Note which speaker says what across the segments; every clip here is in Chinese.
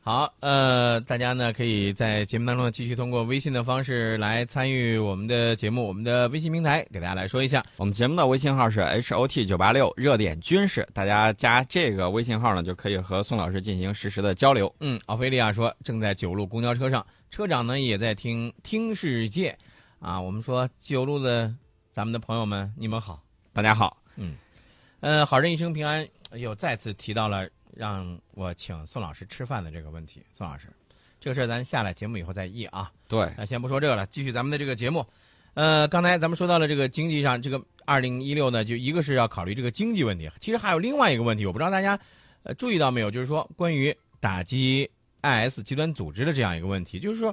Speaker 1: 好，呃，大家呢可以在节目当中呢继续通过微信的方式来参与我们的节目，我们的微信平台给大家来说一下。
Speaker 2: 我们节目的微信号是 H O T 九八六热点军事，大家加这个微信号呢，就可以和宋老师进行实时的交流。
Speaker 1: 嗯，奥菲利亚说正在九路公交车上，车长呢也在听听世界，啊，我们说九路的咱们的朋友们，你们好，
Speaker 2: 大家好，
Speaker 1: 呃，好人一生平安又再次提到了让我请宋老师吃饭的这个问题，宋老师，这个事儿咱下来节目以后再议啊。
Speaker 2: 对，
Speaker 1: 那先不说这个了，继续咱们的这个节目。呃，刚才咱们说到了这个经济上，这个二零一六呢，就一个是要考虑这个经济问题，其实还有另外一个问题，我不知道大家呃注意到没有，就是说关于打击 IS 极端组织的这样一个问题，就是说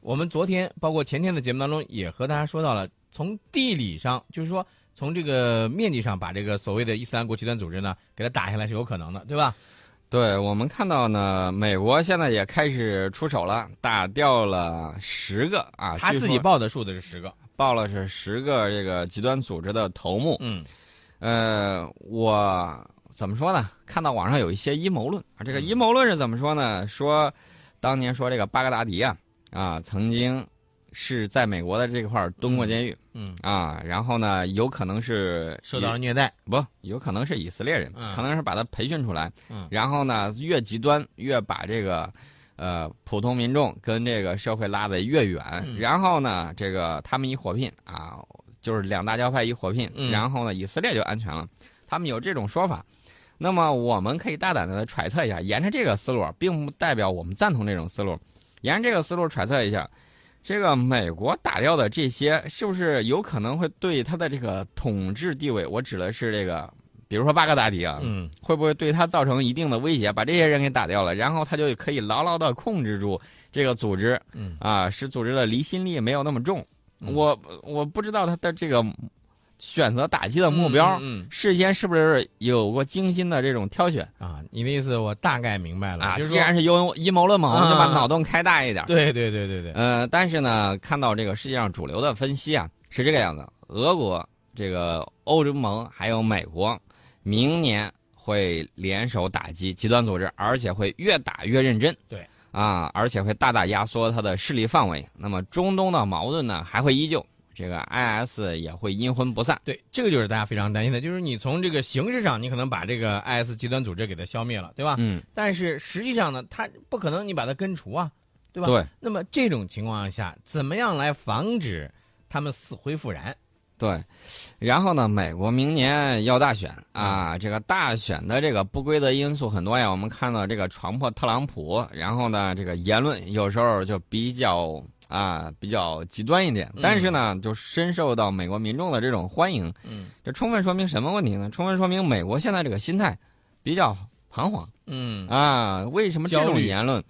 Speaker 1: 我们昨天包括前天的节目当中也和大家说到了，从地理上，就是说从这个面积上把这个所谓的伊斯兰国极端组织呢给它打下来是有可能的，对吧？
Speaker 2: 对我们看到呢，美国现在也开始出手了，打掉了十个啊，
Speaker 1: 他
Speaker 2: 据
Speaker 1: 自
Speaker 2: 说
Speaker 1: 己报的数字是十个，
Speaker 2: 报了是十个这个极端组织的头目。
Speaker 1: 嗯
Speaker 2: 呃，我怎么说呢？看到网上有一些阴谋论啊，这个
Speaker 1: 嗯
Speaker 2: 阴谋论是怎么说呢？说当年说这个巴格达迪啊啊，曾经是在美国的这块儿蹲过监狱、
Speaker 1: 嗯，
Speaker 2: 啊，然后呢，有可能是
Speaker 1: 受到了虐待，
Speaker 2: 不，有可能是以色列人，
Speaker 1: 嗯
Speaker 2: 可能是把他培训出来，
Speaker 1: 嗯
Speaker 2: 然后呢，越极端越把这个。呃，普通民众跟这个社会拉得越远，
Speaker 1: 嗯
Speaker 2: 然后呢，这个他们一火拼啊，就是两大教派一火拼，
Speaker 1: 嗯
Speaker 2: 然后呢，以色列就安全了。他们有这种说法，那么我们可以大胆的揣测一下，沿着这个思路，并不代表我们赞同这种思路，沿着这个思路揣测一下，这个美国打掉的这些，是不是有可能会对他的这个统治地位？我指的是这个，比如说巴格达迪啊，
Speaker 1: 嗯
Speaker 2: 会不会对他造成一定的威胁？把这些人给打掉了，然后他就可以牢牢的控制住这个组织
Speaker 1: 嗯
Speaker 2: 啊，使组织的离心力没有那么重。
Speaker 1: 嗯
Speaker 2: 我我不知道他的这个选择打击的目标，
Speaker 1: 嗯嗯
Speaker 2: 事先是不是有过精心的这种挑选
Speaker 1: 啊，你的意思我大概明白了
Speaker 2: 啊？
Speaker 1: 就是
Speaker 2: 既
Speaker 1: 说
Speaker 2: 然是阴阴谋论嘛，我们就把
Speaker 1: 啊
Speaker 2: 脑洞开大一点。
Speaker 1: 对对对对对，
Speaker 2: 呃，但是呢，看到这个世界上主流的分析啊，是这个样子：俄国、这个欧洲盟还有美国，明年会联手打击极端组织，而且会越打越认真。
Speaker 1: 对。
Speaker 2: 啊，而且会大大压缩它的势力范围。那么中东的矛盾呢，还会依旧，这个 IS 也会阴魂不散。
Speaker 1: 对，这个就是大家非常担心的，就是你从这个形式上，你可能把这个 IS 极端组织给它消灭了，对吧？
Speaker 2: 嗯，
Speaker 1: 但是实际上呢，它不可能你把它根除啊，对吧？
Speaker 2: 对
Speaker 1: 那么这种情况下，怎么样来防止他们死灰复燃？
Speaker 2: 对。然后呢，美国明年要大选啊，这个大选的这个不规则因素很多呀。我们看到这个床破特朗普，然后呢，这个言论有时候就比较啊比较极端一点
Speaker 1: 嗯，
Speaker 2: 但是呢，就深受到美国民众的这种欢迎。
Speaker 1: 嗯
Speaker 2: 这充分说明什么问题呢？充分说明美国现在这个心态比较彷徨
Speaker 1: 嗯
Speaker 2: 啊。为什么这
Speaker 1: 焦
Speaker 2: 种
Speaker 1: 虑
Speaker 2: 言论？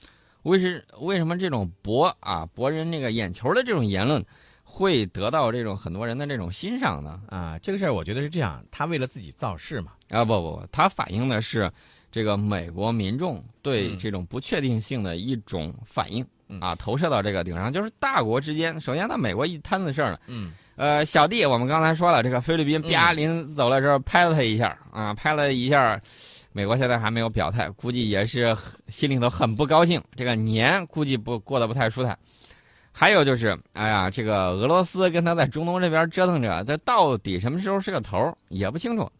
Speaker 2: 为是为什么这种博啊博人这个眼球的这种言论，会得到这种很多人的这种欣赏呢？
Speaker 1: 啊，这个事儿我觉得是这样，他为了自己造势嘛，
Speaker 2: 啊，不不不，它反映的是这个美国民众对
Speaker 1: 嗯
Speaker 2: 这种不确定性的一种反应、
Speaker 1: 嗯
Speaker 2: 啊，投射到这个顶上，就是大国之间，首先在美国一摊子事儿呢。
Speaker 1: 嗯
Speaker 2: 呃，小弟，我们刚才说了，这个菲律宾
Speaker 1: 嗯
Speaker 2: 啪临走了之后拍了他一下啊，拍了一下，美国现在还没有表态，估计也是很心里头很不高兴，这个年估计不过得不太舒坦。还有就是，哎呀，这个俄罗斯跟他在中东这边折腾着，这到底什么时候是个头儿也不清楚。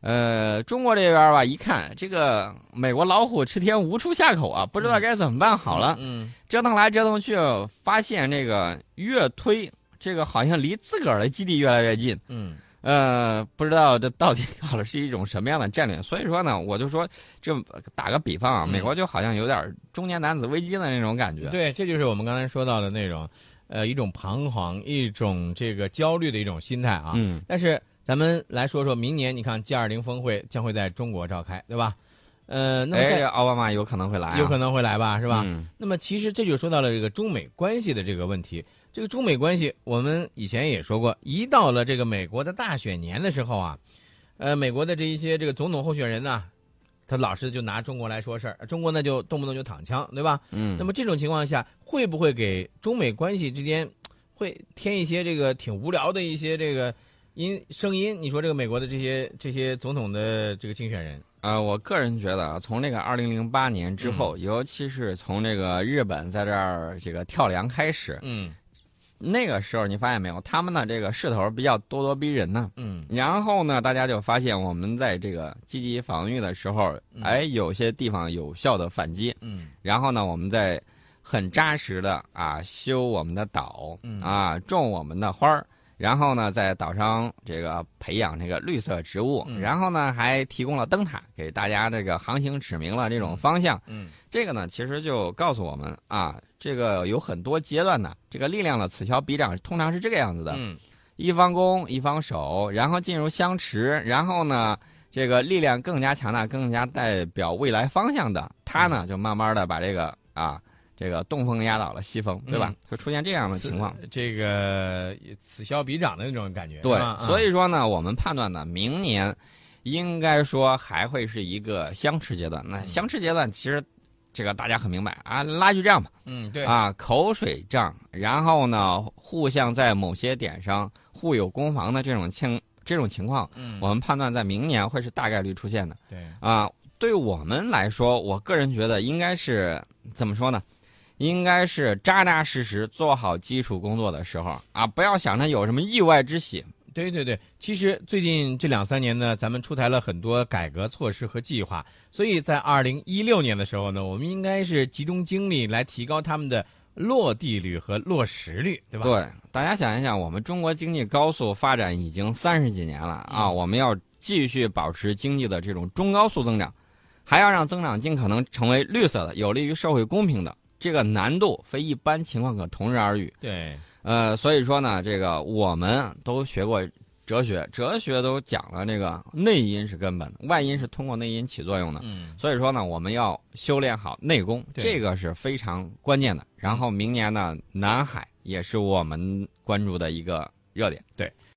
Speaker 2: 呃，中国这边吧，一看这个美国老虎吃天无处下口啊，不知道该怎么办好了。
Speaker 1: 嗯
Speaker 2: 折腾来折腾去，发现这个越推这个好像离自个儿的基地越来越近。
Speaker 1: 嗯
Speaker 2: 呃，不知道这到底搞的是一种什么样的战略。所以说呢，我就说这打个比方啊，
Speaker 1: 嗯
Speaker 2: 美国就好像有点中年男子危机的那种感觉。
Speaker 1: 嗯，对，这就是我们刚才说到的那种，呃，一种彷徨，一种这个焦虑的一种心态啊。
Speaker 2: 嗯，
Speaker 1: 但是咱们来说说明年，你看 G 二零峰会将会在中国召开，对吧？呃，那么
Speaker 2: 哎，
Speaker 1: 在、
Speaker 2: 这奥巴马有可能会来、啊，
Speaker 1: 有可能会来吧，是
Speaker 2: 是
Speaker 1: 吧？
Speaker 2: 嗯，
Speaker 1: 那么其实这就说到了这个中美关系的这个问题。这个中美关系，我们以前也说过，一到了这个美国的大选年的时候啊，呃，美国的这一些这个总统候选人呢、他老是就拿中国来说事儿，中国呢就动不动就躺枪，对吧？
Speaker 2: 嗯
Speaker 1: 那么这种情况下，会不会给中美关系之间会添一些这个挺无聊的一些这个因声音，你说这个美国的这些这些总统的这个竞选人，
Speaker 2: 呃，我个人觉得啊，从这个二零零八年之
Speaker 1: 嗯
Speaker 2: 后，尤其是从这个日本在这儿这个跳梁开始，
Speaker 1: 嗯
Speaker 2: 那个时候你发现没有，他们的这个势头比较咄咄逼人呢。
Speaker 1: 嗯
Speaker 2: 然后呢，大家就发现我们在这个积极防御的时候，
Speaker 1: 嗯
Speaker 2: 哎，有些地方有效的反击。
Speaker 1: 嗯
Speaker 2: 然后呢，我们再很扎实的啊修我们的岛
Speaker 1: 嗯，
Speaker 2: 啊种我们的花儿，然后呢在岛上这个培养这个绿色植物，
Speaker 1: 嗯
Speaker 2: 然后呢还提供了灯塔给大家这个航行指明了这种方向。
Speaker 1: 嗯
Speaker 2: 这个呢其实就告诉我们啊，这个有很多阶段呢，这个力量的此消彼长，通常是这个样子的。
Speaker 1: 嗯
Speaker 2: 一方攻，一方守，然后进入相持，然后呢，这个力量更加强大，更加代表未来方向的，他
Speaker 1: 嗯
Speaker 2: 呢就慢慢的把这个啊，这个东风压倒了西风，对吧？
Speaker 1: 嗯
Speaker 2: 会出现这样的情况。
Speaker 1: 此这个此消彼长的那种感觉。
Speaker 2: 对，
Speaker 1: 啊
Speaker 2: 所以说呢，我们判断呢，明年应该说还会是一个相持阶段。那
Speaker 1: 嗯
Speaker 2: 相持阶段其实。这个大家很明白啊，拉锯战嘛，
Speaker 1: 嗯对
Speaker 2: 啊，口水仗，然后呢，互相在某些点上互有攻防的这种情这种情况，
Speaker 1: 嗯
Speaker 2: 我们判断在明年会是大概率出现的
Speaker 1: 对
Speaker 2: 啊。对我们来说，我个人觉得应该是怎么说呢？应该是扎扎实实做好基础工作的时候啊，不要想着有什么意外之喜。
Speaker 1: 对对对，其实最近这两三年呢，咱们出台了很多改革措施和计划，所以在二零一六年的时候呢，我们应该是集中精力来提高他们的落地率和落实率，对吧？
Speaker 2: 对，大家想一想，我们中国经济高速发展已经三十几年了啊，我们要继续保持经济的这种中高速增长，还要让增长尽可能成为绿色的、有利于社会公平的，这个难度非一般情况可同日而语。
Speaker 1: 对，
Speaker 2: 呃，所以说呢，这个我们都学过哲学，哲学都讲了这个内因是根本，外因是通过内因起作用的。
Speaker 1: 嗯
Speaker 2: 所以说呢，我们要修炼好内功，
Speaker 1: 对
Speaker 2: 这个是非常关键的。然后明年呢，南海也是我们关注的一个热点。